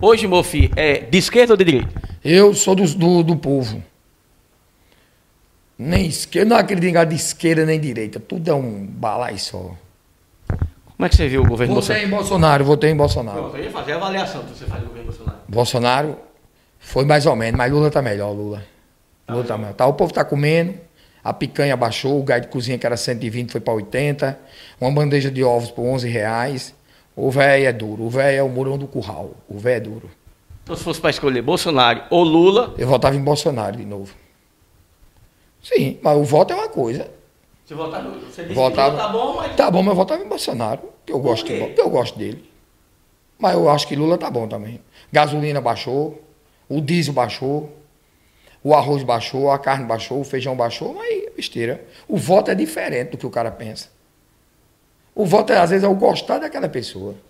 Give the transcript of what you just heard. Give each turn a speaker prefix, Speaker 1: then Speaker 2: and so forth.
Speaker 1: Hoje, Mofi, é de esquerda ou de direita?
Speaker 2: Eu sou dos- do, do povo. Nem esquerda, não acredito em nada de esquerda nem direita. Tudo é um balai só.
Speaker 1: Como é que você viu o governo Bolsonaro?
Speaker 2: Votei em Bolsonaro, votei em Bolsonaro.
Speaker 1: Pronto, eu ia fazer a avaliação que você faz do governo Bolsonaro.
Speaker 2: Bolsonaro foi mais ou menos, mas Lula tá melhor, Lula. Lula tá melhor. Tá, o povo tá comendo, a picanha baixou, o gás de cozinha que era 120 foi para 80, uma bandeja de ovos por 11 reais. O véio é duro, o véio é o morão do curral, o véio é duro.
Speaker 1: Então, se fosse para escolher Bolsonaro ou Lula,
Speaker 2: Eu votava em Bolsonaro de novo. Sim, mas o voto é uma coisa.
Speaker 1: você votar no. Você disse que
Speaker 2: Votava.
Speaker 1: Lula tá bom, mas.
Speaker 2: Tá bom, mas eu votava em Bolsonaro, porque eu gosto,
Speaker 1: quê?
Speaker 2: de- porque eu gosto dele. Mas eu acho que Lula tá bom também. Gasolina baixou, o diesel baixou, o arroz baixou, a carne baixou, o feijão baixou, mas é besteira. O voto é diferente do que o cara pensa. O voto, é, às vezes, é o gostar daquela pessoa.